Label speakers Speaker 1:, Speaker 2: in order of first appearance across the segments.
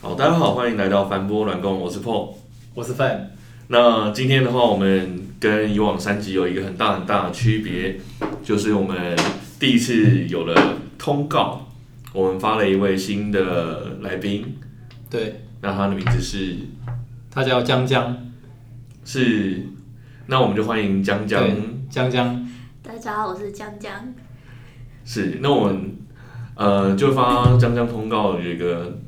Speaker 1: 好，大家好，欢迎来到凡波软工，我是 Paul。
Speaker 2: 我是范，
Speaker 1: 那今天的话，我们跟以往三集有一个很大很大的区别，就是我们第一次有了通告，我们发了一位新的来宾，
Speaker 2: 对，
Speaker 1: 那他的名字是
Speaker 2: 他叫江江，
Speaker 1: 是，那我们就欢迎江江。
Speaker 2: 对江江，
Speaker 3: 大家好，我是江江。
Speaker 1: 是，那我们呃就发江江通告有一个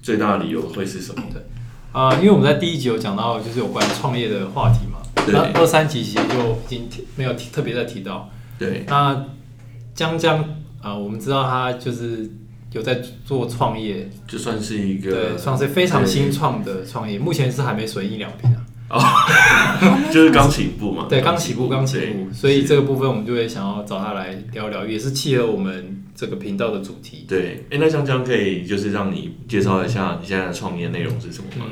Speaker 1: 最大的理由会是什么？
Speaker 2: 啊、因为我们在第一集有讲到就是有关创业的话题嘛，
Speaker 1: 对
Speaker 2: 那二三集其实就已经提没有提特别再提到。
Speaker 1: 对
Speaker 2: 那江江啊、我们知道他就是有在做创业，
Speaker 1: 就算是一个
Speaker 2: 对，算是非常
Speaker 1: 对
Speaker 2: 新创的创业，目前是还没损益两平啊，
Speaker 1: 就是刚起步嘛，
Speaker 2: 对，刚起步，刚起
Speaker 1: 对
Speaker 2: 步，所以这个部分我们就会想要找他来聊聊，也是契合我们这个频道的主题。
Speaker 1: 对，哎，那江江可以就是让你介绍一下你现在的创业内容是什么吗？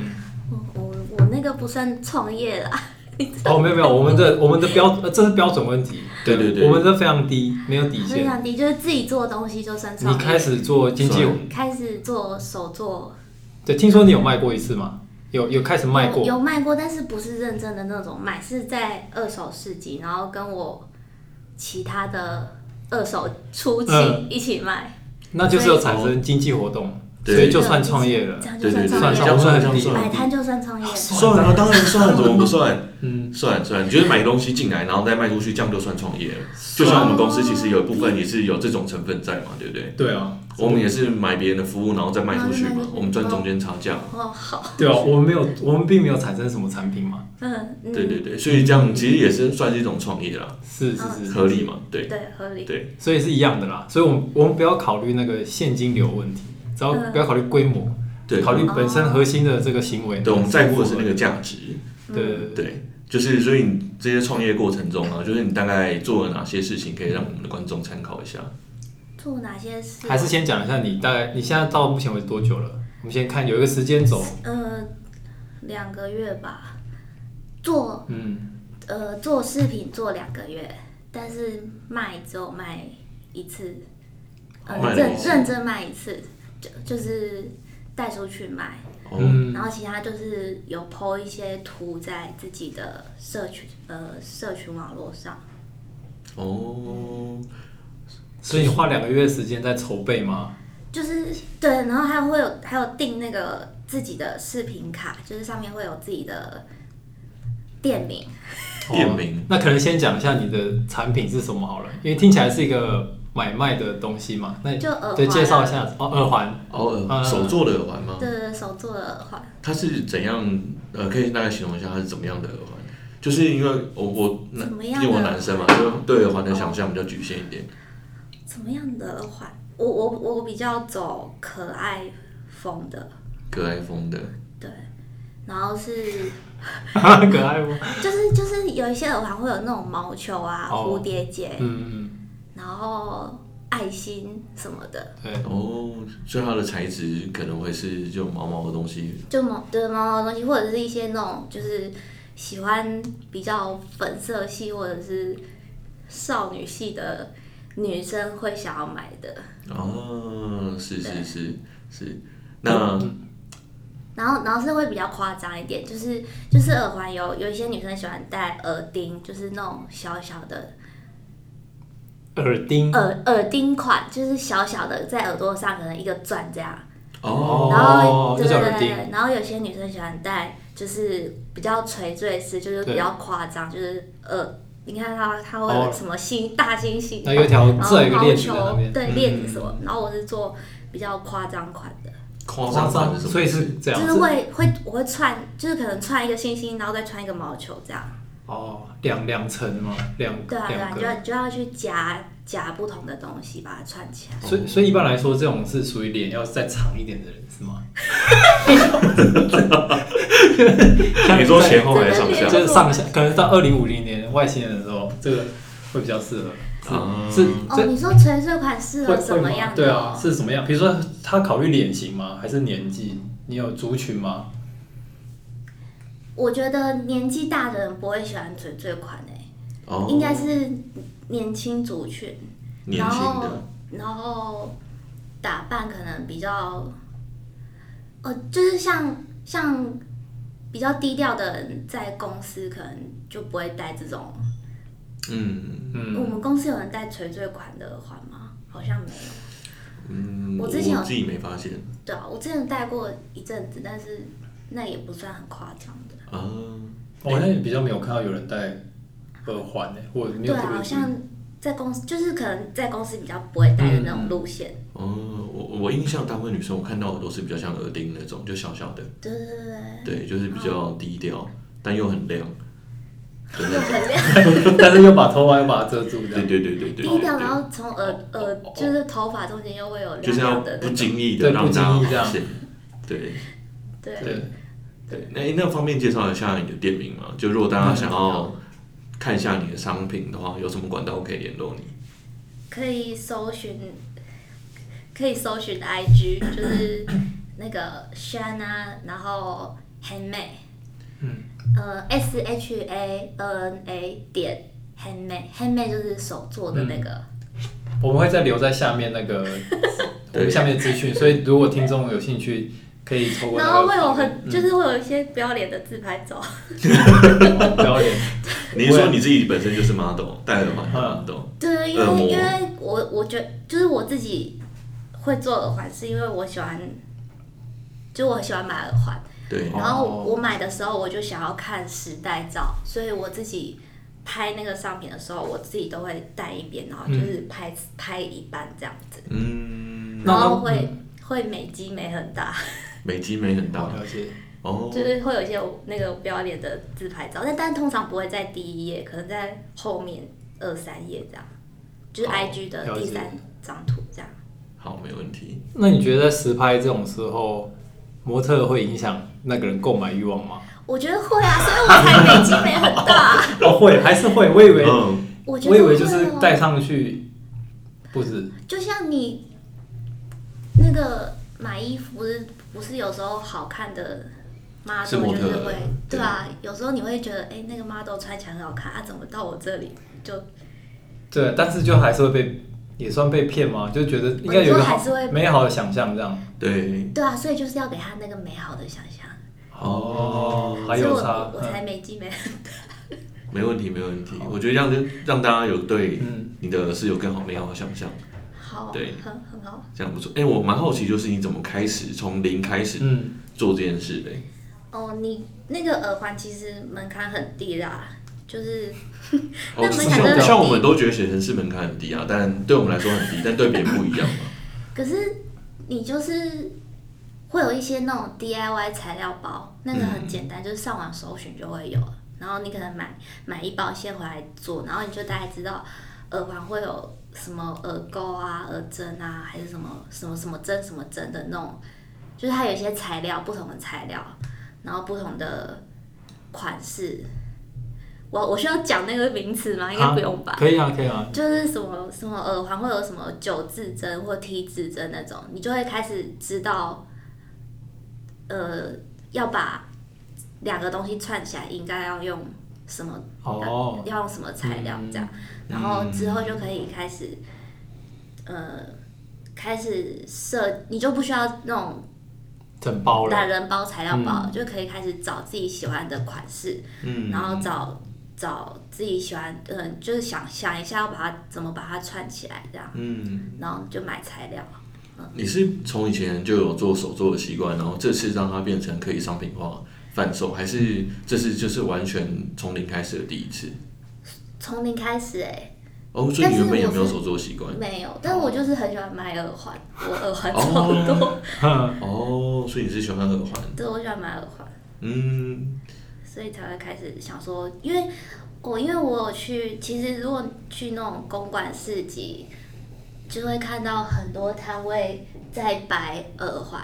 Speaker 2: 嗯
Speaker 3: 我我我那个不算创业啦，
Speaker 2: 哦，没有没有，我 们的我们的标呃这是标准问题，
Speaker 1: 对对对
Speaker 2: 我们这非常低，没有底
Speaker 3: 非
Speaker 2: 线。
Speaker 3: 常低，就是自己做东西就算创
Speaker 2: 你
Speaker 3: 业。
Speaker 2: 开始做经济，
Speaker 1: 算
Speaker 3: 开始做手作，
Speaker 2: 对，听说你有卖过一次吗？有有开始卖
Speaker 3: 有
Speaker 2: 过，
Speaker 3: 有卖过，但是不是认真的那种卖，是在二手市集，然后跟我其他的二手出
Speaker 2: 嗯
Speaker 3: 清一起卖，
Speaker 2: 那就是有产生经济活动，所以
Speaker 1: 对
Speaker 2: 就算创业了
Speaker 3: 这。样就
Speaker 1: 对对
Speaker 3: 算
Speaker 1: 对，
Speaker 3: 创
Speaker 2: 算
Speaker 1: 这
Speaker 2: 哦
Speaker 3: 业了，
Speaker 1: 样算
Speaker 2: 很
Speaker 1: 这样
Speaker 2: 低
Speaker 3: 摆
Speaker 1: 算，
Speaker 3: 摊就算创业了。
Speaker 1: 算啊，当然算，怎么不算？
Speaker 2: 嗯，
Speaker 1: 算算，你就是买东西进来，然后再卖出去，这样就算创业了。就像我们公司其实有一部分也是有这种成分在嘛，对不对？
Speaker 2: 对啊，
Speaker 1: 我们也是买别人的服务，然后再卖出去
Speaker 2: 哦
Speaker 3: 然后再卖
Speaker 1: 嘛
Speaker 3: 出，去
Speaker 1: 我们赚中间差价。
Speaker 3: 哦，好，
Speaker 2: 对啊，我们没有，我们并没有产生什么产品嘛，
Speaker 3: 嗯嗯，
Speaker 1: 对对对，所以这样其实也是算是一种创业啦，
Speaker 2: 是是嗯是，
Speaker 1: 合理嘛？对
Speaker 3: 对，合理。
Speaker 1: 对
Speaker 2: 所以是一样的啦。所以我们我们不要考虑那个现金流问题，只要
Speaker 3: 嗯
Speaker 2: 不要考虑规模，
Speaker 1: 对，
Speaker 2: 考虑本身核心的这个行为。
Speaker 1: 对，我们在乎的是那个价值。
Speaker 2: 对对对
Speaker 1: 对，就是所以你这些创业过程中啊，就是你大概做了哪些事情，可以让我们的观众参考一下？
Speaker 3: 做哪些事？
Speaker 2: 还是先讲一下你大概你现在到目前为止多久了？我们先看有一个时间轴，
Speaker 3: 呃，两个月吧，做
Speaker 2: 嗯，
Speaker 3: 呃做饰品做两个月，但是卖只有卖一次，呃
Speaker 1: 哦卖了
Speaker 3: 认
Speaker 1: 一次
Speaker 3: 认真卖一次，就就是带出去卖，
Speaker 1: 哦，
Speaker 2: 嗯
Speaker 3: 然后其他就是有 PO 一些图在自己的社群呃社群网络上，
Speaker 1: 哦，
Speaker 2: 所以你花两个月时间在筹备吗？
Speaker 3: 就是对，然后还会有还有订那个自己的视频卡，就是上面会有自己的店名。
Speaker 1: 店
Speaker 2: 哦
Speaker 1: 名
Speaker 2: 那可能先讲一下你的产品是什么好了，因为听起来是一个买卖的东西嘛。那
Speaker 3: 就耳环啊
Speaker 2: 对，介绍一下哦，耳环。
Speaker 1: 哦，
Speaker 2: 啊
Speaker 1: 耳手做的耳环吗？
Speaker 3: 对对对，手做的耳环，
Speaker 1: 它是怎样？呃，可以大概形容一下它是怎么样的耳环？就是因为我我
Speaker 3: 怎么
Speaker 1: 因
Speaker 3: 样
Speaker 1: 为
Speaker 3: 的哦
Speaker 1: 我男生嘛，就对耳环的想象比较局限一点。
Speaker 3: 怎么样的耳环？我我我比较走可爱风的，
Speaker 1: 可爱风的，
Speaker 3: 对，然后是
Speaker 2: 可爱哦吗？
Speaker 3: 就是就是有一些耳环会有那种毛球啊、
Speaker 2: 哦
Speaker 3: 蝴蝶结，
Speaker 2: 嗯
Speaker 3: 然后爱心什么的，
Speaker 2: 嗯，对，
Speaker 1: 哦，所以它的材质可能会是就毛毛的东西，
Speaker 3: 就毛对毛毛的东西，或者是一些那种就是喜欢比较粉色系或者是少女系的女生会想要买的。
Speaker 1: 哦，是是是是，那
Speaker 2: 嗯
Speaker 3: 然后，然后是会比较夸张一点，就是就是耳环有有一些女生喜欢戴耳钉，就是那种小小的
Speaker 2: 耳钉。
Speaker 3: 耳耳钉款，就是小小的在耳朵上可能一个钻这样。
Speaker 1: 哦，
Speaker 3: 然后对
Speaker 2: 那叫
Speaker 3: 对
Speaker 2: 耳
Speaker 3: 对
Speaker 2: 钉
Speaker 3: 对，然后有些女生喜欢戴就是比较垂坠式，就是比较夸张，就是耳，你看它它会
Speaker 2: 哦
Speaker 3: 有什么星、大星星，
Speaker 2: 那有一条
Speaker 3: 然
Speaker 2: 这
Speaker 3: 后
Speaker 2: 有一个
Speaker 3: 哦毛
Speaker 2: 链子在那
Speaker 3: 球
Speaker 2: 边，
Speaker 3: 对
Speaker 2: 嗯
Speaker 3: 链子什么，然后我是做比较夸张款的。
Speaker 1: 夸张款是什么意思？
Speaker 2: 所以啊是这样
Speaker 3: 就是
Speaker 2: 子。
Speaker 3: 会会我会串，就是可能串一个星星，然后再串一个毛球这样。
Speaker 2: 哦，两两层嘛，两
Speaker 3: 对啊对啊，
Speaker 2: 两
Speaker 3: 你就
Speaker 2: 个。
Speaker 3: 要你就要去夹夹不同的东西，把它串起来。
Speaker 1: 哦
Speaker 2: 所以所以一般来说，这种是属于脸要再长一点的人是吗？
Speaker 1: 你说前后还是上下？
Speaker 2: 就是上下，可能到二零五零年外星人的时候，这个会比较适
Speaker 1: 啊
Speaker 2: 合。是是
Speaker 3: 哦，
Speaker 2: 这
Speaker 3: 你说垂穗款适
Speaker 2: 会
Speaker 3: 合什
Speaker 2: 会
Speaker 3: 么
Speaker 2: 吗
Speaker 3: 样？的？
Speaker 2: 对啊，是什么样？比如说他考虑脸型吗？还是年纪？你有族群吗？
Speaker 3: 我觉得年纪大的人不会喜欢垂穗款诶，
Speaker 1: 哦，
Speaker 3: 应该是年轻族群，
Speaker 1: 年
Speaker 3: 然
Speaker 1: 轻
Speaker 3: 后
Speaker 1: 的
Speaker 3: 然后打扮可能比较哦，就是像像比较低调的人，在公司可能就不会带这种。
Speaker 1: 嗯
Speaker 2: 嗯，
Speaker 3: 我们公司有人带垂坠款的环吗？好像没有。
Speaker 1: 嗯，
Speaker 3: 我
Speaker 1: 我
Speaker 3: 之前有
Speaker 1: 自己没发现
Speaker 3: 对啊，我之前戴过一阵子，但是那也不算很夸张的。
Speaker 1: 啊，
Speaker 2: 我好像也比较没有看到有人戴耳环诶，或者没
Speaker 3: 对
Speaker 2: 有
Speaker 3: 啊，
Speaker 2: 特
Speaker 3: 好
Speaker 2: 别注意。
Speaker 3: 像在公司就是可能在公司比较不会戴的那种路线。
Speaker 1: 哦，我我印象大部分女生我看到的都是比较像耳钉那种，就小小的，
Speaker 3: 对对对对
Speaker 1: 对，就是比较
Speaker 3: 哦
Speaker 1: 低调，但又很亮。
Speaker 3: 对，又很亮，
Speaker 2: 但是又把头发又把它遮住，这
Speaker 1: 对
Speaker 2: 样
Speaker 1: 对对对对，
Speaker 3: 低调，
Speaker 1: 对
Speaker 3: 然后从耳耳就是头发中间又会有
Speaker 1: 就
Speaker 3: 亮
Speaker 1: 是要
Speaker 3: 亮的那
Speaker 1: 不
Speaker 3: 种。
Speaker 1: 经意的
Speaker 2: 对
Speaker 1: 让
Speaker 2: 不经
Speaker 1: 大
Speaker 2: 意
Speaker 1: 家
Speaker 2: 这样
Speaker 1: 发现。对
Speaker 3: 对，
Speaker 2: 对，
Speaker 1: 对，那那方便介绍一下你的店名吗？就如果大家想要看一下你的商品的话，有什么管道可以联络你？
Speaker 3: 可以搜寻，可以搜寻 IG，就是那个 Shana，然后 Handmade，
Speaker 2: 嗯，
Speaker 3: 呃 S H A N A 点 Handmade，Handmade 就是手做的那个，
Speaker 2: 我们会再留在下面那 个我
Speaker 1: 对
Speaker 2: 们下面的资讯，所以如果听众有兴趣，可以透过
Speaker 3: 然
Speaker 2: 那个
Speaker 3: 后
Speaker 2: 嗯
Speaker 3: 会有很就是会有一些不要脸的自拍照，
Speaker 2: 不要脸，
Speaker 1: 你是说你自己本身就是 model，戴耳环的 model，
Speaker 3: 对，因
Speaker 1: 恶魔
Speaker 3: 为因为我我觉就是我自己会做耳环，是因为我喜欢，就我喜欢买耳环。
Speaker 1: 对，
Speaker 2: 哦
Speaker 3: 然后我买的时候，我就想要看时代照，所以我自己拍那个商品的时候，我自己都会带一边，然后就是拍、拍一半这样子，
Speaker 1: 嗯，
Speaker 2: 嗯那
Speaker 3: 然
Speaker 2: 那
Speaker 3: 后会、会美肌美很大，
Speaker 1: 美肌美很大
Speaker 2: 好了解，
Speaker 1: 哦，
Speaker 3: 就是会有一些那个不要脸的自拍照，但但通常不会在第一页，可能在后面二三页这样，就是
Speaker 1: 哦
Speaker 3: IG 的
Speaker 2: 了
Speaker 3: 第
Speaker 2: 解
Speaker 3: 三张图这样。
Speaker 1: 好，没问题。
Speaker 2: 那你觉得在实拍这种时候，模特会影响那个人购买欲望吗？
Speaker 3: 我觉得会啊，所以我才美肌美很大。
Speaker 2: 哦，会还是会，我以为
Speaker 1: 嗯，
Speaker 3: 我觉得
Speaker 2: 我以为
Speaker 3: 会
Speaker 2: 就是
Speaker 3: 哦
Speaker 2: 戴上去，不是
Speaker 3: 就像你那个买衣服，不是有时候好看的 model
Speaker 1: 是
Speaker 3: 就
Speaker 1: 模特
Speaker 3: 是会，
Speaker 1: 对
Speaker 3: 对啊，有时候你会觉得，哎、那个 model 穿起来很好看，啊，怎么到我这里就
Speaker 2: 对，但是就还是会被，也算被骗吗？就觉得应该有一
Speaker 3: 我
Speaker 2: 个
Speaker 3: 说还
Speaker 2: 好
Speaker 3: 是会
Speaker 2: 美好的想象这样。
Speaker 1: 对，
Speaker 3: 对啊，所以就是要给他那个美好的想象。
Speaker 1: 哦
Speaker 2: 还
Speaker 3: 所以
Speaker 2: 有嗯
Speaker 3: 我
Speaker 2: 差，
Speaker 3: 我才没记没。
Speaker 1: 没问题，没问题。我觉得让让大家有对
Speaker 2: 嗯
Speaker 1: 你的是有更好美好的想象，
Speaker 3: 好，
Speaker 1: 对
Speaker 3: 很很好。
Speaker 1: 这样不错。哎，我蛮好奇，就是你怎么开始从零开始
Speaker 2: 嗯，
Speaker 1: 做这件事的？
Speaker 3: 哦，你那个耳环其实门槛很低啦，就是
Speaker 1: 哦，
Speaker 3: 那门槛真
Speaker 1: 像
Speaker 3: 的很
Speaker 1: 像我
Speaker 3: 低
Speaker 1: 们都觉得写程式门槛很低啊，但对我们来说很低，但对别人不一样嘛。
Speaker 3: 可是你就是会有一些那种 DIY 材料包，那个很简单，就是上网搜寻就会有了。然后你可能买买一包先回来做，然后你就大概知道耳环会有什么耳钩啊、耳针啊，还是什么什么什么针什么针的那种，就是它有一些材料，不同的材料，然后不同的款式。我我需要讲那个名词吗？应该不用吧
Speaker 2: 啊？可以啊，可以啊，
Speaker 3: 就是什么什么耳环会有什么九字针或 T 字针那种，你就会开始知道，呃，要把两个东西串起来，应该要用什么，
Speaker 2: 哦，
Speaker 3: 要用什么材料
Speaker 2: 嗯
Speaker 3: 这样，然后之后就可以开始，呃，开始设，你就不需要那种
Speaker 2: 整包 了，
Speaker 3: 懒人包材料包，就可以开始找自己喜欢的款式，
Speaker 1: 嗯，
Speaker 3: 然后找找自己喜欢，嗯，就是想想一下要把它怎么把它串起来这样，
Speaker 1: 嗯，
Speaker 3: 然后就买材料。
Speaker 1: 你是从以前就有做手作的习惯，然后这次让它变成可以商品化贩售，还是这次就是完全从零开始的第一次？
Speaker 3: 从零开始哎、
Speaker 1: 哦，所以你
Speaker 3: 但是
Speaker 1: 原本也
Speaker 3: 我
Speaker 1: 没有
Speaker 3: 是
Speaker 1: 手作习惯
Speaker 3: 没有，但我就是很喜欢买耳环，我耳环
Speaker 1: 哦
Speaker 3: 超多，
Speaker 1: 哦，所以你是喜欢耳环，
Speaker 3: 对，我喜欢买耳环，
Speaker 1: 嗯，
Speaker 3: 所以才会开始想说，因为我因为我有去，其实如果去那种公馆市集，就会看到很多摊位在摆耳环，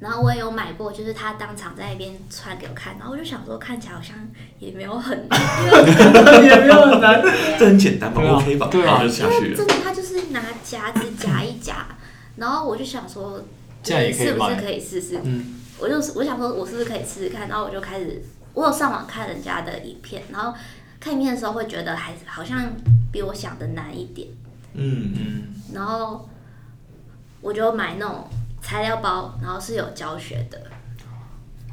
Speaker 3: 然后我也有买过，就是他当场在那边穿给我看，然后我就想说看起来好像也没有很， 因为
Speaker 2: 也没有很难。
Speaker 1: 这很简单嘛
Speaker 2: 对啊
Speaker 1: ，OK 吧，
Speaker 2: 对啊
Speaker 1: 然后就下去
Speaker 3: 因为
Speaker 1: 了，
Speaker 3: 真的，他就是拿夹子夹一夹，然后我就想说，
Speaker 2: 这样也可以
Speaker 3: 是不是
Speaker 2: 卖
Speaker 3: 可以试试？
Speaker 2: 嗯，
Speaker 3: 我就我想说，我是不是可以试试看？然后我就开始，我有上网看人家的影片，然后看影片的时候会觉得还是好像比我想的难一点，
Speaker 1: 嗯，
Speaker 2: 嗯，
Speaker 3: 然后我就买那种材料包，然后是有教学的，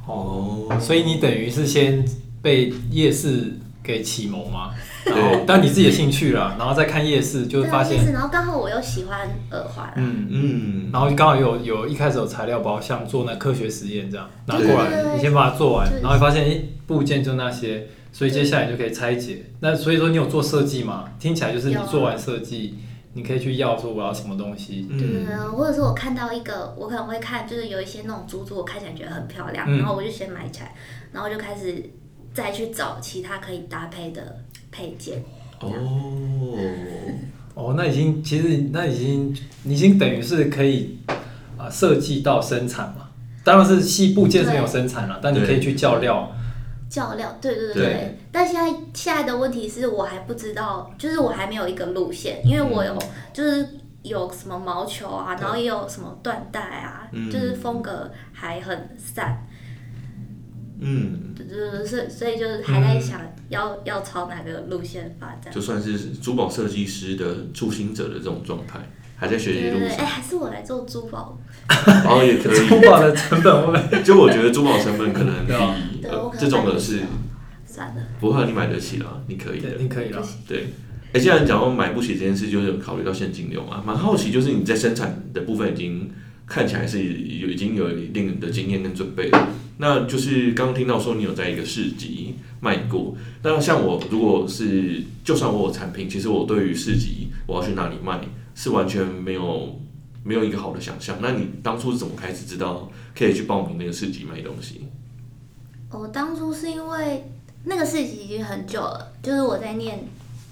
Speaker 1: 哦
Speaker 2: 所以你等于是先被夜市给启蒙嘛，
Speaker 1: 对
Speaker 2: 然后当你自己的兴趣了，然后再看夜市，就会
Speaker 3: 对啊
Speaker 2: 发
Speaker 3: 也
Speaker 2: 现，
Speaker 3: 是然后刚好我又喜欢耳环啊，
Speaker 2: 嗯，
Speaker 1: 嗯，
Speaker 2: 然后刚好有有一开始有材料包，像做那科学实验这样拿过
Speaker 3: 对对
Speaker 2: 来，
Speaker 3: 对
Speaker 2: 你先把它做完
Speaker 3: 就，是
Speaker 2: 然后发现诶部件就那些，所以接下来就可以拆解。那所以说你有做设计嘛？听起来就是你
Speaker 3: 有啊
Speaker 2: 做完设计，你可以去要说我要什么东西，
Speaker 3: 对
Speaker 1: 嗯，
Speaker 3: 或者是我看到一个，我可能会看，就是有一些那种珠珠，我看起来觉得很漂亮，
Speaker 2: 嗯
Speaker 3: 然后我就先买起来，然后就开始再去找其他可以搭配的配件。
Speaker 1: 哦，
Speaker 2: 哦，那已经其实那已经你已经等于是可以啊设计到生产嘛，当然是细部件是没有生产了，但你可以去叫料，
Speaker 3: 较量，对对对
Speaker 1: 对
Speaker 3: 对。但现在现在的问题是我还不知道，就是我还没有一个路线，因为我
Speaker 1: 嗯
Speaker 3: 有、就是有什么毛球啊，然后也有什么缎带啊，
Speaker 1: 嗯
Speaker 3: 就是风格还很散，
Speaker 1: 嗯，
Speaker 3: 对对对，所以所以就是还在
Speaker 2: 嗯
Speaker 3: 想要、要朝哪个路线发展。
Speaker 1: 就算是珠宝设计师的初心者的这种状态，还在学习
Speaker 3: 对
Speaker 1: 路
Speaker 3: 对对，哎、
Speaker 1: 上，
Speaker 3: 还是我来做珠宝。
Speaker 1: 哦，也可
Speaker 2: 珠
Speaker 1: 以。
Speaker 2: 宝的成本会不会
Speaker 1: 就我觉得珠宝成本可能比
Speaker 2: 对啊
Speaker 3: 对我
Speaker 1: 呃
Speaker 3: 可
Speaker 1: 这
Speaker 3: 能
Speaker 1: 种
Speaker 3: 买
Speaker 1: 的
Speaker 3: 不起
Speaker 1: 是
Speaker 3: 啊算了，
Speaker 1: 不会，你买得起啦，你可以的
Speaker 2: 肯。定可以了。
Speaker 1: 对，哎、既然讲到买不起这件事，就是有考虑到现金流嘛，蛮好奇，就是你在生产的部分已经看起来是有已经有一定的经验跟准备了。那就是刚刚听到说你有在一个市集卖过，那像我如果是就算我有产品，其实我对于市集我要去哪里卖是完全没有没有一个好的想象。那你当初是怎么开始知道可以去报名那个市集卖东西？
Speaker 3: 我哦当初是因为那个事情已经很久了，就是我在念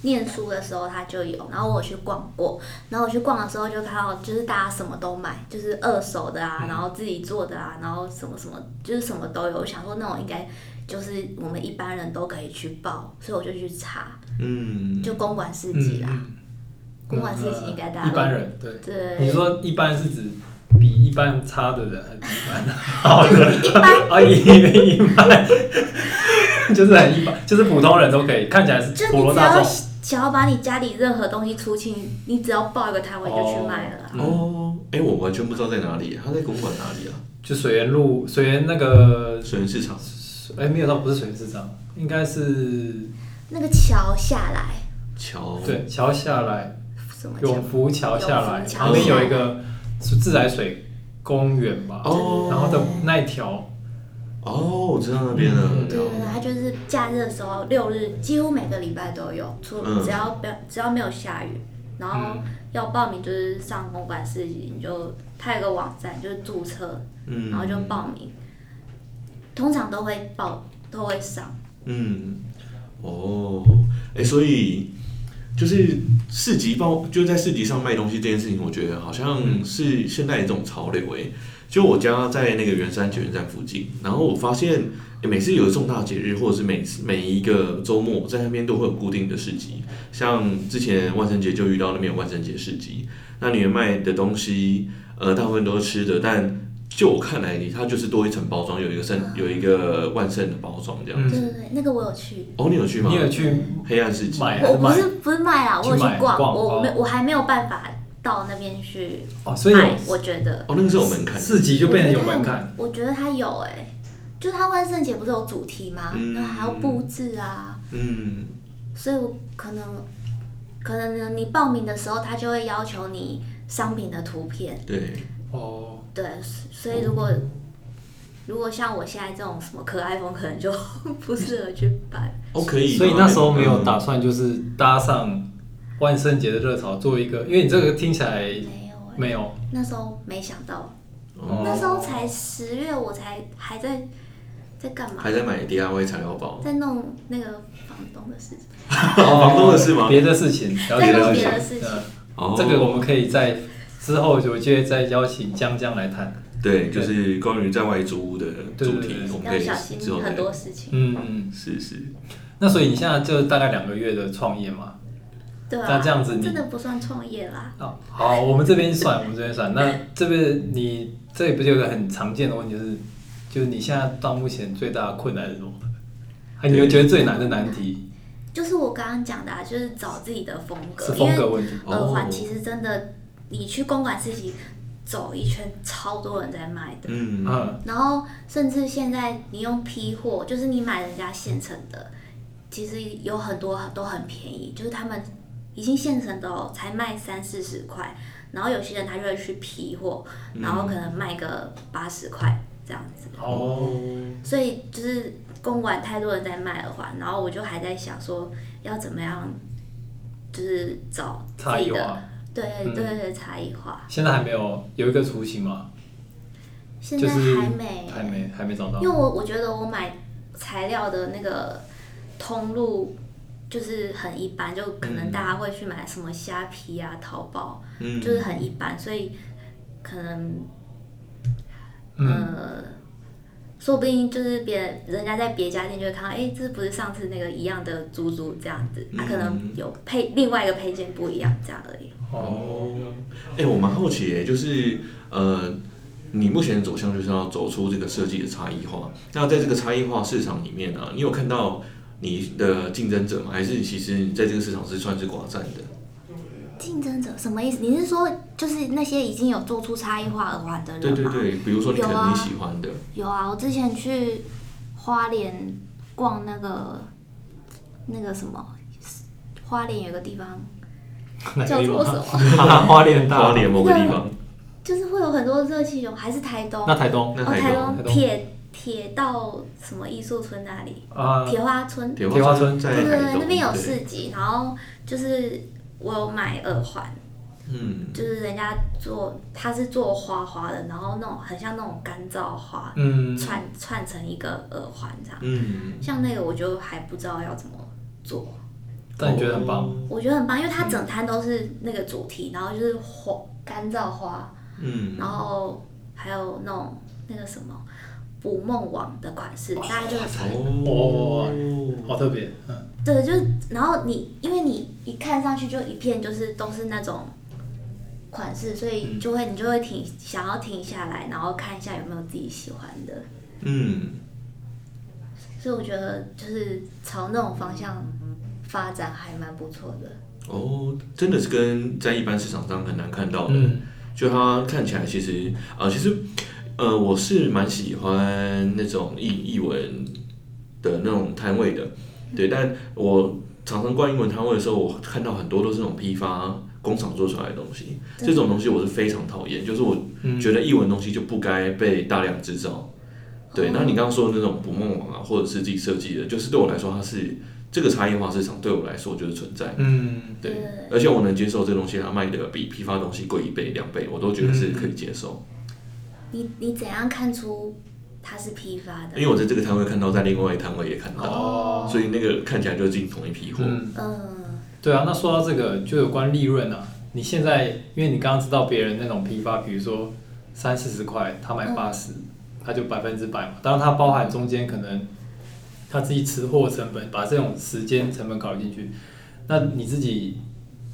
Speaker 3: 念书的时候它就有，然后我有去逛过，然后我去逛的时候就看到就是大家什么都买，就是二手的
Speaker 2: 嗯
Speaker 3: 啊，然后自己做的啊，然后什么什么就是什么都有。我想说那种应该就是我们一般人都可以去报，所以我就去查，
Speaker 1: 嗯，
Speaker 3: 就公馆市集
Speaker 2: 嗯
Speaker 3: 啦，，公馆市集应该大家
Speaker 2: 一
Speaker 3: 都
Speaker 2: 般人对。你
Speaker 3: 对，
Speaker 2: 说一般是指比一般差的人，还是一般好的人？
Speaker 3: 一般
Speaker 2: 啊，一一般， 就是很一般，就是普通人都可以，看起来是
Speaker 3: 就
Speaker 2: 普
Speaker 3: 你
Speaker 2: 罗
Speaker 3: 只
Speaker 2: 大
Speaker 3: 要
Speaker 2: 众。
Speaker 3: 想要把你家里任何东西出清，你只要报一个摊位就去卖了啦。
Speaker 1: 哦，哎、我完全不知道在哪里，它在公馆哪里啊？
Speaker 2: 就水源路，水源那个，
Speaker 1: 水源市场。
Speaker 2: 哎、没有到不是水源市场，应该是
Speaker 3: 那个桥下来，
Speaker 1: 桥，
Speaker 2: 对桥下来，
Speaker 3: 什么
Speaker 2: 永
Speaker 3: 桥？
Speaker 2: 福桥下来
Speaker 3: 永福桥下来
Speaker 2: 旁边有一个是自来水公园吧，
Speaker 1: 哦
Speaker 2: 然后的那一条，
Speaker 1: 哦，我知道那边了，
Speaker 2: 嗯
Speaker 3: 对对对，它就是假日的时候，六日几乎每个礼拜都有，除
Speaker 1: 嗯
Speaker 3: 只要不要只要没有下雨，然
Speaker 2: 嗯
Speaker 3: 后要报名就是上公馆市集，你就它有个网站，就是注册，
Speaker 1: 嗯，
Speaker 3: 然后就报名，通常都会报都会上。
Speaker 1: 嗯，哦，哎、所以就是市集报，就在市集上卖东西这件事情，我觉得好像是现在一种潮流诶、就我家在那个圆山捷运站附近，然后我发现、诶每次有重大节日或者是每次每一个周末，在那边都会有固定的市集。像之前万圣节就遇到那边有万圣节市集，那里面卖的东西，呃，大部分都是吃的，但就我看来，它就是多一层包装，有一个圣有一个万圣的包装这样。
Speaker 3: 对
Speaker 2: 嗯
Speaker 3: 对对，那个我有去，
Speaker 1: 哦，你有去吗？
Speaker 2: 你有去
Speaker 1: 黑暗世纪？
Speaker 2: 哎买还
Speaker 3: 我
Speaker 2: 是
Speaker 3: 不
Speaker 2: 卖？
Speaker 3: 是不是卖啦，我有
Speaker 2: 去买
Speaker 3: 去逛，
Speaker 2: 逛
Speaker 3: 我没
Speaker 2: 哦
Speaker 3: 我还没有办法到那边去
Speaker 2: 哦，所以有
Speaker 3: 卖，我觉得。
Speaker 1: 哦，那个是有门槛的。
Speaker 2: 四级就变得有门槛，
Speaker 3: 我觉得它有哎、就它万圣节不是有主题吗？
Speaker 1: 嗯
Speaker 3: 然后还要布置啊，
Speaker 1: 嗯，
Speaker 3: 所以我可能可能你报名的时候，他就会要求你商品的图片。
Speaker 1: 对，
Speaker 2: 哦，
Speaker 3: 对，所以如果、如果像我现在这种什么可爱风， 可能就不适合去办。
Speaker 1: 哦嗯可以。
Speaker 2: 所以那时候没有打算就是搭上万圣节的热潮做一个，因为你这个听起来
Speaker 3: 没有哎、
Speaker 2: 嗯没有
Speaker 3: 那时候没想到，
Speaker 1: 哦
Speaker 3: 那时候才十月，我才还在在干嘛
Speaker 1: 还？在买 DIY 材料包。
Speaker 3: 在弄那个房东的事情，
Speaker 1: 房东的事吗
Speaker 2: 哦别的事情，了解
Speaker 3: 在
Speaker 2: 了
Speaker 3: 弄
Speaker 2: 解
Speaker 3: 别。的事情。
Speaker 2: 嗯
Speaker 1: 哦，
Speaker 2: 这个我们可以在之后有机会再邀请江江来谈。
Speaker 1: 对，就是关于在外租屋的主题
Speaker 2: 对对对，
Speaker 1: 我们可
Speaker 3: 要
Speaker 1: 以
Speaker 3: 小心
Speaker 1: 之后再
Speaker 3: 很多事情。
Speaker 2: 嗯嗯，
Speaker 1: 是是，
Speaker 2: 那所以你现在就大概两个月的创业嘛？
Speaker 3: 对啊，
Speaker 2: 那这样子你
Speaker 3: 真的不算创业啦。
Speaker 2: 啊，好，我们这边算，我们这边算。那这边你这里不是有个很常见的问题，就是就是你现在到目前最大的困难是什么？啊，你有觉得最难的难题
Speaker 3: 就是我刚刚讲的、啊，就是找自己的风格，
Speaker 2: 是风
Speaker 3: 因
Speaker 2: 格
Speaker 3: 为
Speaker 2: 问题？
Speaker 1: 哦
Speaker 3: 耳环其实真的，你去公馆自己走一圈，超多人在卖的。
Speaker 1: 嗯，
Speaker 2: 嗯，
Speaker 3: 然后甚至现在你用批货，就是你买人家现成的，其实有很多都很便宜，就是他们已经现成的、哦、才卖三四十块，然后有些人他就会去批货，然后可能卖个八十块这样子。
Speaker 2: 哦，
Speaker 3: 所以就是公馆太多人在卖耳环，然后我就还在想说要怎么样，就是找自
Speaker 2: 差
Speaker 3: 己
Speaker 2: 异
Speaker 3: 的
Speaker 2: 化，
Speaker 3: 对
Speaker 2: 嗯
Speaker 3: 对对差异化，
Speaker 2: 现在还没有有一个雏形嘛，
Speaker 3: 现
Speaker 2: 就
Speaker 3: 在
Speaker 2: 是
Speaker 3: 还没，
Speaker 2: 还没还没找到
Speaker 3: 因为，我我觉得我买材料的那个通路就是很一般，就可能大家会去买什么虾皮啊、淘宝，
Speaker 1: 嗯
Speaker 3: 就是很一般，所以可能
Speaker 2: 嗯，
Speaker 3: 呃，说不定就是别人人家在别家店就会看到，哎、这不是上次那个一样的珠珠这样子，
Speaker 2: 嗯
Speaker 3: 它、可能有配另外一个配件不一样这样而已。
Speaker 2: 哦，
Speaker 1: 哎、我蛮好奇耶，就是呃，你目前的走向就是要走出这个设计的差异化。那在这个差异化市场里面啊，你有看到你的竞争者吗？还是其实你在这个市场是算是寡占的？
Speaker 3: 竞争者什么意思？你是说就是那些已经有做出差异化耳环的人
Speaker 1: 对对
Speaker 3: 吗？
Speaker 1: 对，比如说你可
Speaker 3: 有
Speaker 1: 能
Speaker 3: 啊
Speaker 1: 你喜欢的，
Speaker 3: 有啊，我之前去花莲逛那个那个什么，花莲有个地方
Speaker 2: 哪个
Speaker 3: 叫
Speaker 2: 地
Speaker 3: 做
Speaker 2: 方
Speaker 3: 什？么，
Speaker 2: 哈 花莲大，
Speaker 1: 花莲某个地方，
Speaker 3: 就是会有很多热气球，还是台东？
Speaker 2: 那台东
Speaker 1: 那
Speaker 3: 哦，
Speaker 1: 台
Speaker 3: 台
Speaker 1: 东
Speaker 2: 台
Speaker 3: 东
Speaker 2: 东
Speaker 3: 铁铁道什么艺术村那里，
Speaker 2: 啊，
Speaker 3: 铁花村，对
Speaker 1: 铁
Speaker 2: 铁花
Speaker 1: 村
Speaker 2: 村
Speaker 1: 在
Speaker 3: 对
Speaker 1: 台
Speaker 3: 对，
Speaker 1: 东
Speaker 3: 那边有
Speaker 1: 对
Speaker 3: 市集，然后就是我有买耳环，
Speaker 1: 嗯
Speaker 3: 就是人家做他是做花花的，然后那种很像那种干燥花，
Speaker 2: 嗯，
Speaker 3: 串串成一个耳环这样。
Speaker 1: 嗯，
Speaker 3: 像那个我就还不知道要怎么做，
Speaker 2: 但你觉得很棒，
Speaker 3: 我觉得很棒，因为它整摊都是那个主题，然后就是花干燥花，
Speaker 1: 嗯，
Speaker 3: 然后还有那种那个什么捕梦网的款式，大家就
Speaker 1: 哦，
Speaker 2: 好特别，嗯，
Speaker 3: 对，就是然后你因为你一看上去就一片就是都是那种款式，所以就会你就会停想要停下来，然后看一下有没有自己喜欢的，
Speaker 1: 嗯。
Speaker 3: 所以我觉得就是朝那种方向发展还蛮不错的。
Speaker 1: 哦，真的是跟在一般市场上很难看到的，
Speaker 2: 嗯
Speaker 1: 就它看起来其实啊、呃其实呃，我是蛮喜欢那种译译文的那种摊位的，对，但我常常逛英文摊位的时候，我看到很多都是那种批发工厂做出来的东西，这种东西我是非常讨厌，就是我
Speaker 2: 嗯，
Speaker 1: 觉得译文东西就不该被大量制造。对，那你刚刚说的那种捕梦网啊，或者是自己设计的，就是对我来说，它是这个差异化市场对我来说就是存在。
Speaker 2: 嗯，
Speaker 1: 对
Speaker 3: 对，
Speaker 1: 而且我能接受这东西，它卖的比批发东西贵一倍、两倍，我都觉得是可以接受。
Speaker 3: 你你怎样看出它是批发的？
Speaker 1: 因为我在这个摊位看到，在另外一个摊位也看到，
Speaker 2: 哦，
Speaker 1: 所以那个看起来就进同一批货。
Speaker 2: 嗯。
Speaker 3: 嗯，
Speaker 2: 对啊，那说到这个，就有关利润啊。你现在，因为你刚刚知道别人那种批发，比如说三四十块，他买
Speaker 3: 嗯
Speaker 2: 八十、他就百分之百嘛。当然，它包含中间可能他自己吃货成本，把这种时间成本考虑进去。那你自己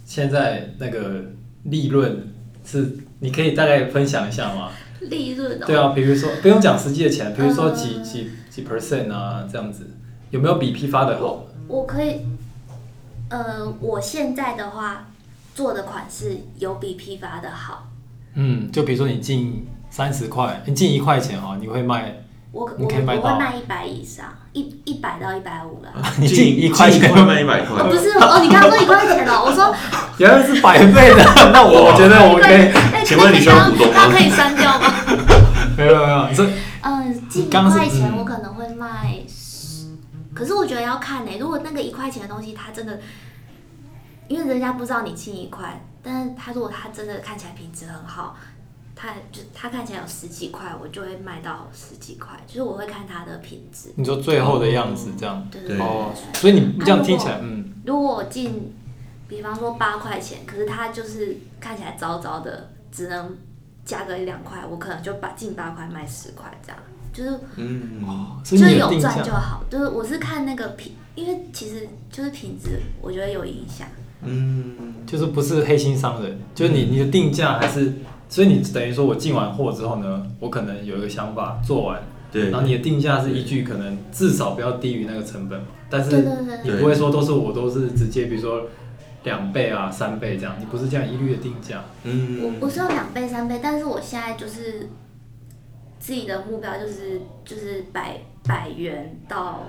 Speaker 2: 现在那个利润是，你可以大概分享一下吗？
Speaker 3: 利润哦，
Speaker 2: 对啊，比如说不用讲实际的钱，比如说几
Speaker 3: 嗯
Speaker 2: 几几 percent 啊，这样子，有没有比批发的好？
Speaker 3: 我可以，呃，我现在的话做的款式有比批发的好，
Speaker 2: 嗯，就比如说你进三十块，你进一块钱哦，你会卖
Speaker 3: 我可
Speaker 2: 你
Speaker 3: 我
Speaker 2: 可以卖
Speaker 3: 我
Speaker 2: 到
Speaker 3: 会卖一百以上，一一百到一百五啦。
Speaker 2: 你
Speaker 1: 嗯
Speaker 2: 进
Speaker 1: 进
Speaker 2: 一块钱
Speaker 1: 进一块卖一百块
Speaker 3: 哦，，不是哦，你刚刚说一块钱哦，我说
Speaker 2: 原来是百倍的， 那我
Speaker 1: 哇
Speaker 2: 我觉得我
Speaker 3: 一
Speaker 2: 们可
Speaker 3: 块
Speaker 2: 以，
Speaker 3: 哎，
Speaker 1: 请问你需要股东吗
Speaker 3: 那可以删掉吗？
Speaker 2: 没有没有没有，这
Speaker 3: 嗯，近一
Speaker 2: 刚刚是
Speaker 3: 块钱
Speaker 2: 嗯
Speaker 3: 我可能会卖十，可是我觉得要看呢、如果那个一块钱的东西，它真的，因为人家不知道你近一块，但是他如果他真的看起来品质很好，他就他看起来有十几块，我就会卖到十几块，就是我会看它的品质。
Speaker 2: 你说最后的样子这样
Speaker 3: 对
Speaker 1: 对
Speaker 3: 对
Speaker 2: 哦
Speaker 3: 对，
Speaker 2: 所以你这样听起来，嗯，
Speaker 3: 如果我进，比方说八块钱，可是它就是看起来糟糟的，只能加个一两块，我可能就把进八块卖十块这样，就是
Speaker 1: 嗯，
Speaker 2: 哦所
Speaker 3: 就
Speaker 2: 以
Speaker 3: 是
Speaker 2: 你
Speaker 3: 有
Speaker 2: 定价
Speaker 3: 赚就好，就是我是看那个品，因为其实就是品质，我觉得有影响。
Speaker 1: 嗯，
Speaker 2: 就是不是黑心商人，就是你你的定价还是，所以你等于说我进完货之后呢，我可能有一个想法做完，
Speaker 1: 对
Speaker 2: 然，后你的定价是依据可能至少不要低于那个成本嘛，但
Speaker 3: 对
Speaker 2: 是
Speaker 3: 对对，
Speaker 2: 你不会说都是我都是直接，比如说两倍啊、三倍这样，你不是这样一律的定价。
Speaker 1: 嗯，
Speaker 3: 我是有两倍三倍，但是我现在就是自己的目标就是就是百百元到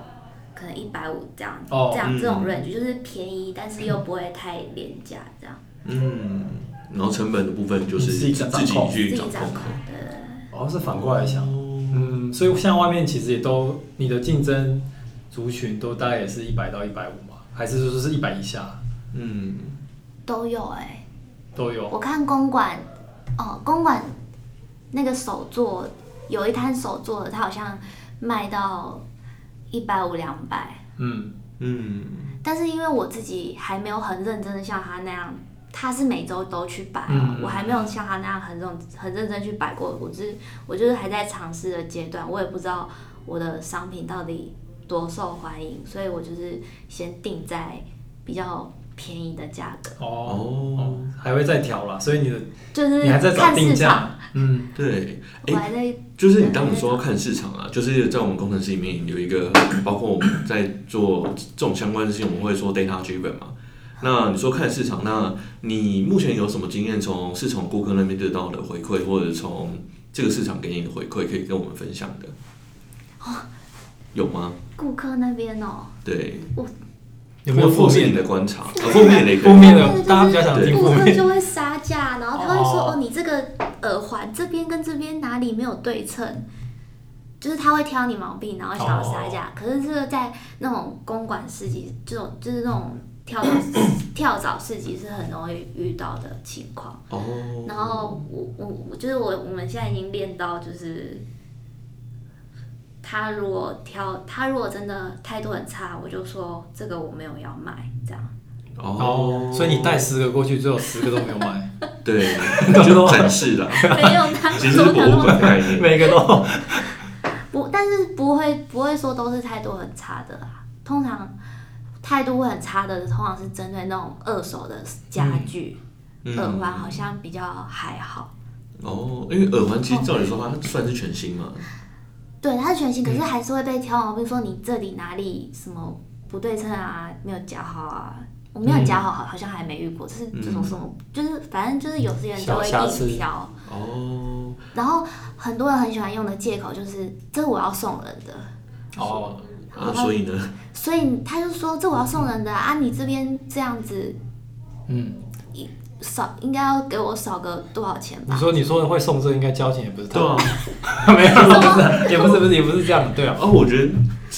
Speaker 3: 可能一百五这样，
Speaker 2: 哦
Speaker 3: 这样
Speaker 1: 嗯
Speaker 3: 这种 range 就是便宜，但是又不会太廉价这样，
Speaker 1: 嗯，然后成本的部分就是
Speaker 2: 自己掌
Speaker 1: 自己
Speaker 2: 控
Speaker 3: 自
Speaker 1: 去
Speaker 3: 己
Speaker 1: 掌
Speaker 3: 掌
Speaker 1: 控
Speaker 3: 控。的。
Speaker 2: 哦，是反过来想，嗯，所以像外面其实也都你的竞争族群都大概也是一百到一百五嘛，还是说是一百以下
Speaker 1: 嗯，
Speaker 3: 都有哎、
Speaker 2: 都有？
Speaker 3: 我看公馆哦，公馆那个手作有一摊手作的，它好像卖到一百五两百。
Speaker 2: 嗯，
Speaker 1: 嗯，
Speaker 3: 但是因为我自己还没有很认真的像他那样，他是每周都去摆、哦，
Speaker 2: 嗯
Speaker 3: 我还没有像他那样很认很认真去摆过，我只是我就是还在尝试的阶段，我也不知道我的商品到底多受欢迎，所以我就是先定在比较便宜的价格，
Speaker 2: 哦，
Speaker 1: 哦
Speaker 2: 哦还会再调啦，所以你的
Speaker 3: 就是
Speaker 2: 你还在找
Speaker 3: 看
Speaker 2: 定
Speaker 3: 市场，
Speaker 2: 价，嗯，
Speaker 1: 对，
Speaker 3: 我
Speaker 1: 哎
Speaker 3: 还在
Speaker 1: 就是你刚刚说要看市场啊，就是在我们工程师里面有一个， 包括我们在做这种相关的事情，我们会说 data driven 嘛。那你说看市场，那你目前有什么经验？从市场顾客那边得到的回馈，或者从这个市场给你的回馈，可以跟我们分享的？有吗？
Speaker 3: 顾客那边哦，
Speaker 1: 对，
Speaker 2: 有没有
Speaker 1: 或
Speaker 2: 负
Speaker 1: 或是
Speaker 2: 面
Speaker 1: 你
Speaker 2: 的？
Speaker 1: 的观察？呃负面的也可以
Speaker 2: 负面的
Speaker 3: 对对对
Speaker 2: 大家比较想听
Speaker 3: 顾
Speaker 2: 负
Speaker 3: 客
Speaker 2: 面，
Speaker 3: 就会杀价，然后他会说：“
Speaker 2: 哦
Speaker 3: 哦，你这个耳环这边跟这边哪里没有对称。”就是他会挑你毛病，然后想要杀
Speaker 2: 哦
Speaker 3: 价。可是这个在那种公馆市集，这种就是那种跳蚤 跳蚤市集是很容易遇到的情况。
Speaker 1: 哦，
Speaker 3: 然后我我我就是我我们现在已经练到就是，他如果挑他如果真的态度很差，我就说这个我没有要买这样。
Speaker 1: 哦
Speaker 2: 哦，，所以你带十个过去，最后十个都没有买，
Speaker 1: 对，
Speaker 2: 懂
Speaker 1: 就
Speaker 2: 吗
Speaker 1: 展示了，
Speaker 3: 没有他
Speaker 1: 其实
Speaker 3: 怎
Speaker 1: 是
Speaker 3: 么
Speaker 1: 博
Speaker 3: 可能
Speaker 1: 物
Speaker 3: 会
Speaker 1: 馆的概念。
Speaker 2: 每个 都
Speaker 3: 不，但是不会不会说都是态度很差的啦。通常态度会很差的，通常是针对那种二手的家具、耳环，好像比较还好。
Speaker 1: 哦，因为耳环其实照理说它算是全新嘛，
Speaker 3: 对，它是全新，可是还是会被挑毛病，说你这里哪里什么不对称啊，没有夹好啊。我没有夹好，好好像还没遇过，就是这种什么，就是反正就是有些人就会
Speaker 2: 小瑕疵
Speaker 3: 硬挑，
Speaker 1: 哦，
Speaker 3: 然后很多人很喜欢用的借口就是这我要送人的，
Speaker 2: 哦，
Speaker 1: 啊，所以呢，
Speaker 3: 所以他就说这我要送人的啊，你这边这样子
Speaker 2: 嗯，
Speaker 3: 少应该要给我少个多少钱
Speaker 2: 你
Speaker 3: 吧？
Speaker 2: 说你说会送这个应该交情也不是太
Speaker 1: 对啊，
Speaker 2: 没有，不是，也不是，不是，也不是这样的，对啊。
Speaker 1: 啊，我觉得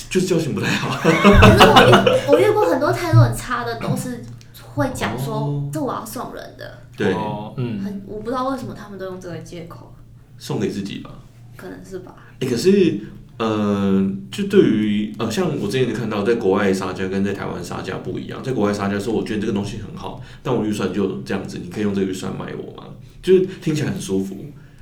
Speaker 1: 就是交情不太好，
Speaker 3: 可是我遇我遇过很多态度很差的，都是会讲说
Speaker 1: 哦
Speaker 3: 这我要送人的，
Speaker 1: 对，
Speaker 2: 哦，嗯，
Speaker 3: 很我不知道为什么他们都用这个借口，
Speaker 1: 送给自己吧。
Speaker 3: 可能是吧。
Speaker 1: 哎，可是，呃，就对于呃，像我之前就看到，在国外杀价跟在台湾杀价不一样，在国外杀价说我觉得这个东西很好，但我预算就这样子，你可以用这个预算买我吗？就是听起来很舒服，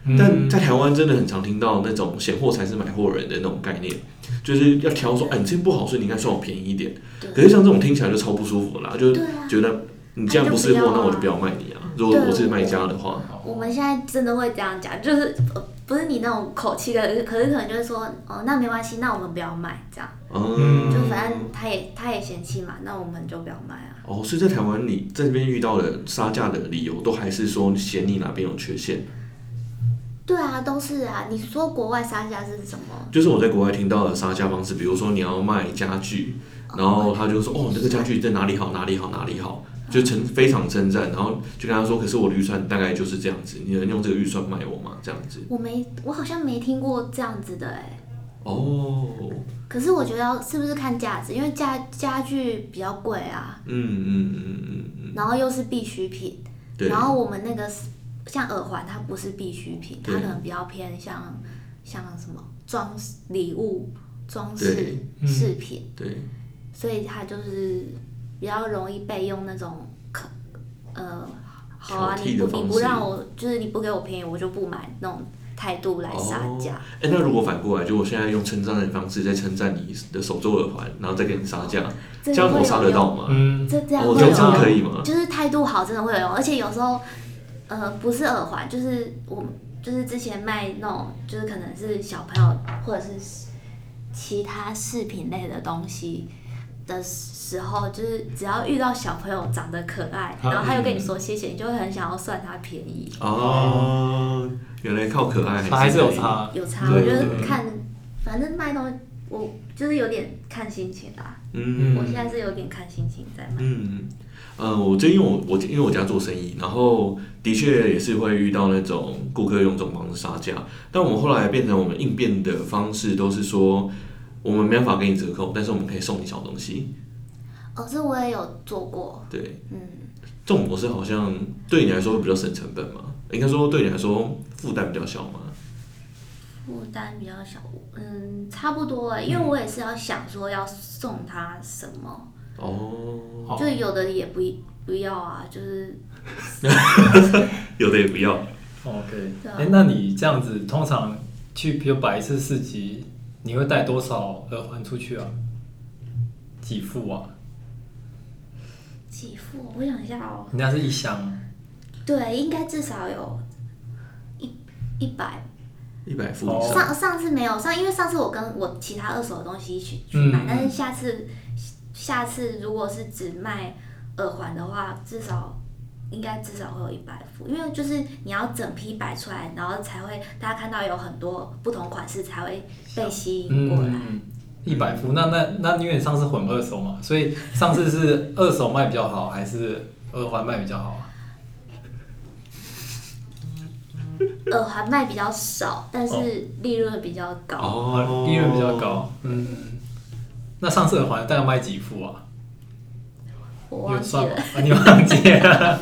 Speaker 2: 嗯
Speaker 1: 但在台湾真的很常听到那种“闲货才是买货人”的那种概念，就是要挑说，哎，你这不好，所以你应该算我便宜一点。可
Speaker 3: 对
Speaker 1: 是像这种听起来就超不舒服啦，就是
Speaker 3: 对啊，
Speaker 1: 觉得你既然不是
Speaker 3: 那
Speaker 1: 货，
Speaker 3: 就不要
Speaker 1: 那我就不要
Speaker 3: 啊
Speaker 1: 卖你啊。如果我是卖家的话，
Speaker 3: 我们现在真的会这样讲，就是呃不是你那种口气的，可是可能就是说哦，那没关系，那我们不要卖这样，
Speaker 1: 嗯，
Speaker 3: 就反正他也他也嫌弃嘛，那我们就不要卖啊。
Speaker 1: 哦，所以在台湾你在这边遇到的杀价的理由，都还是说嫌你哪边有缺陷。
Speaker 3: 对啊，都是啊。你说国外杀价是什么？
Speaker 1: 就是我在国外听到的杀价方式，比如说你要卖家具，然后他就说哦，这个家具在哪里好，哪里好，哪里好，就称非常称赞，然后就跟他说，可是我的预算大概就是这样子，你能用这个预算卖我吗？这样子。
Speaker 3: 我没，我好像没听过这样子的哎、
Speaker 1: 哦，
Speaker 3: 可是我觉得要是不是看价值，因为家家具比较贵啊，
Speaker 1: 嗯嗯嗯嗯嗯，
Speaker 3: 然后又是必需品，
Speaker 1: 对。
Speaker 3: 然后我们那个是像耳环，它不是必需品，它
Speaker 1: 对
Speaker 3: 可能比较偏向像什么装饰礼物、装饰
Speaker 1: 对
Speaker 2: 嗯
Speaker 3: 饰品，
Speaker 1: 对，
Speaker 3: 所以它就是比较容易被用那种可呃好啊，
Speaker 1: 挑剔
Speaker 3: 你
Speaker 1: 的
Speaker 3: 不你
Speaker 1: 方
Speaker 3: 不
Speaker 1: 式
Speaker 3: 让我就是你不给我便宜，我就不买那种态度来杀价。
Speaker 1: 哎、那如果反过来，就我现在用称赞的方式在称赞你的手做耳环，然后再给你杀价，这
Speaker 3: 个
Speaker 1: 样
Speaker 3: 会
Speaker 1: 我
Speaker 3: 有
Speaker 1: 杀得
Speaker 3: 用
Speaker 1: 到吗？
Speaker 2: 嗯，
Speaker 3: 这这样
Speaker 1: 我
Speaker 3: 会
Speaker 1: 觉
Speaker 3: 有
Speaker 1: 得这样
Speaker 3: 用
Speaker 1: 可以吗？
Speaker 3: 就是态度好真的会有用，而且有时候，呃，不是耳环，就是我们就是之前卖那种，就是可能是小朋友或者是其他饰品类的东西，的时候，就是只要遇到小朋友长得可爱，然后他又
Speaker 1: 嗯
Speaker 3: 跟你说谢谢，你就会很想要算他便宜。
Speaker 1: 哦，原来靠可爱
Speaker 2: 它还是有
Speaker 1: 可以。
Speaker 2: 差。
Speaker 3: 有差，
Speaker 1: 对
Speaker 3: 我觉得
Speaker 1: 对
Speaker 3: 看，反正卖东西，我就是有点看心情啦。
Speaker 1: 嗯
Speaker 3: 我现在是有点看心情在卖。
Speaker 1: 嗯，呃，我最近我我因为我家做生意，然后的确也是会遇到那种顾客用这种方式杀价，但我们后来变成我们应变的方式都是说，我们没办法给你折扣，但是我们可以送你小东西。
Speaker 3: 哦，这我也有做过，
Speaker 1: 对，
Speaker 3: 嗯，
Speaker 1: 这种模式好像对你来说会比较省成本嘛？应该说对你来说负担比较小嘛？
Speaker 3: 负担比较小，嗯，差不多欸，因为我也是要想说要送他什么，
Speaker 1: 哦，
Speaker 2: 哦
Speaker 3: 就有的也不不要啊，就是
Speaker 1: 有的也不要。
Speaker 2: OK，
Speaker 3: 对啊
Speaker 2: 哎、那你这样子通常去比如摆一次市集，你会带多少耳环出去啊？几副啊？
Speaker 3: 几副，我想一下哦，
Speaker 2: 人家是一箱，
Speaker 3: 对，应该至少有一一百
Speaker 1: 一百副
Speaker 2: 哦
Speaker 1: 以上，
Speaker 3: 上上次没有上，因为上次我跟我其他二手的东西一起去
Speaker 2: 嗯
Speaker 3: 买，但是下次下次如果是只卖耳环的话，至少应该至少会有一百副，因为就是你要整批摆出来，然后才会大家看到有很多不同款式才会被吸引过来。
Speaker 2: 嗯，一百副。那那那因为你上次混二手嘛，所以上次是二手卖比较好，还是耳环卖比较好啊？嗯
Speaker 3: 耳环呃卖比较少，但
Speaker 2: 哦
Speaker 3: 是利润比较高。
Speaker 1: 哦
Speaker 2: 利润比较。高。嗯，那上次耳环大概卖几副啊？你
Speaker 3: 我忘
Speaker 2: 有
Speaker 3: 记
Speaker 2: 算吗
Speaker 3: 了，？
Speaker 2: 啊，你忘记了？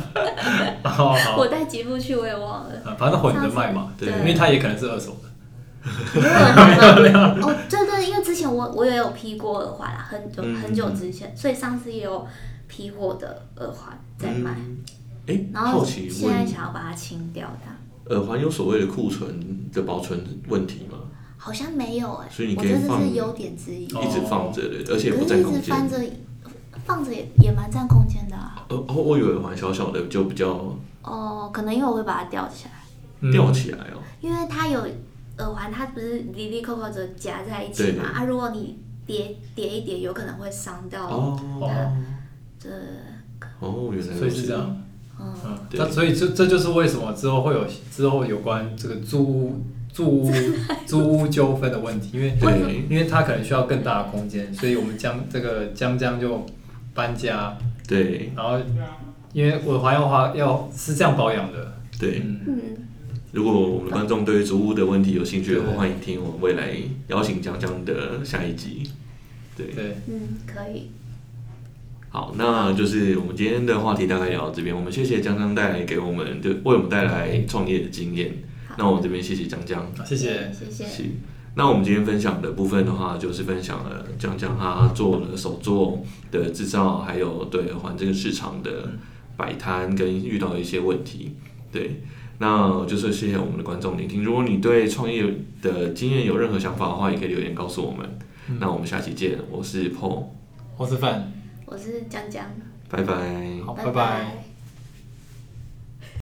Speaker 2: 哦好好，
Speaker 3: 我带几副去我也忘了。
Speaker 2: 啊反正混着卖嘛，
Speaker 1: 对
Speaker 2: 因为它也可能是二手的。
Speaker 3: 没 有耳环吗哦，对对，因为之前我我也有批过耳环啦，很久
Speaker 1: 嗯
Speaker 3: 很久之前，所以上次也有批货的耳环在卖，
Speaker 1: 嗯哎、
Speaker 3: 然
Speaker 1: 好
Speaker 3: 后
Speaker 1: 奇
Speaker 3: 现在
Speaker 1: 问，
Speaker 3: 想要把它清掉的，
Speaker 1: 耳环有所谓的库存的保存问题吗？
Speaker 3: 好像没有哎、
Speaker 1: 所以你
Speaker 3: 我
Speaker 1: 可以
Speaker 3: 觉得这是
Speaker 1: 放
Speaker 3: 优点之一，
Speaker 2: 哦
Speaker 1: 一直放着的，而且不
Speaker 3: 可
Speaker 1: 占
Speaker 3: 哦是一
Speaker 1: 空
Speaker 3: 直
Speaker 1: 间
Speaker 3: 翻。着放着也也蛮占空间的啊。
Speaker 1: 哦哦，我以为玩小小的就比较
Speaker 3: 哦，可能因为我会把它吊起来，
Speaker 2: 嗯
Speaker 1: 吊起来哦。
Speaker 3: 因为它有耳环，它不是离离扣扣的夹在一起
Speaker 1: 对
Speaker 3: 嘛，啊，如果你叠叠一叠，有可能会伤到
Speaker 1: 哦
Speaker 3: 这。
Speaker 1: 哦，原来
Speaker 2: 所
Speaker 1: 如
Speaker 2: 以是这
Speaker 1: 此。
Speaker 2: 样。
Speaker 3: 嗯，
Speaker 2: 嗯，
Speaker 1: 对
Speaker 2: 那所以这这就是为什么之后会有之后有关这个租屋住屋租屋纠纷的问题，因为
Speaker 1: 对
Speaker 2: 因为它可能需要更大的空间，所以我们将这个江江就搬家，
Speaker 1: 对
Speaker 2: 然后因为我还要花要是这样保养的，
Speaker 1: 对，
Speaker 2: 嗯，
Speaker 3: 嗯，
Speaker 1: 如果我们的观众对于租屋的问题有兴趣的话，
Speaker 2: 对
Speaker 1: 欢迎听我们未来邀请江江的下一集。对，
Speaker 2: 对，
Speaker 3: 嗯，可以。
Speaker 1: 好，那就是我们今天的话题大概聊到这边。我们谢谢江江带来给我们的为我们带来创业的经验。那我们这边谢谢江江。
Speaker 2: 好谢谢。
Speaker 3: 谢谢。
Speaker 1: 是，那我们今天分享的部分的话，就是分享了江江他做了手作的制造，还有对耳环这个市场的摆摊跟遇到的一些问题。对，那就是谢谢我们的观众聆听。如果你对创业的经验有任何想法的话，也可以留言告诉我们。那我们下期见，我是 Paul，
Speaker 2: 我是范，
Speaker 3: 我是江江，
Speaker 1: 拜拜。
Speaker 2: 好，拜
Speaker 3: 拜
Speaker 2: 拜。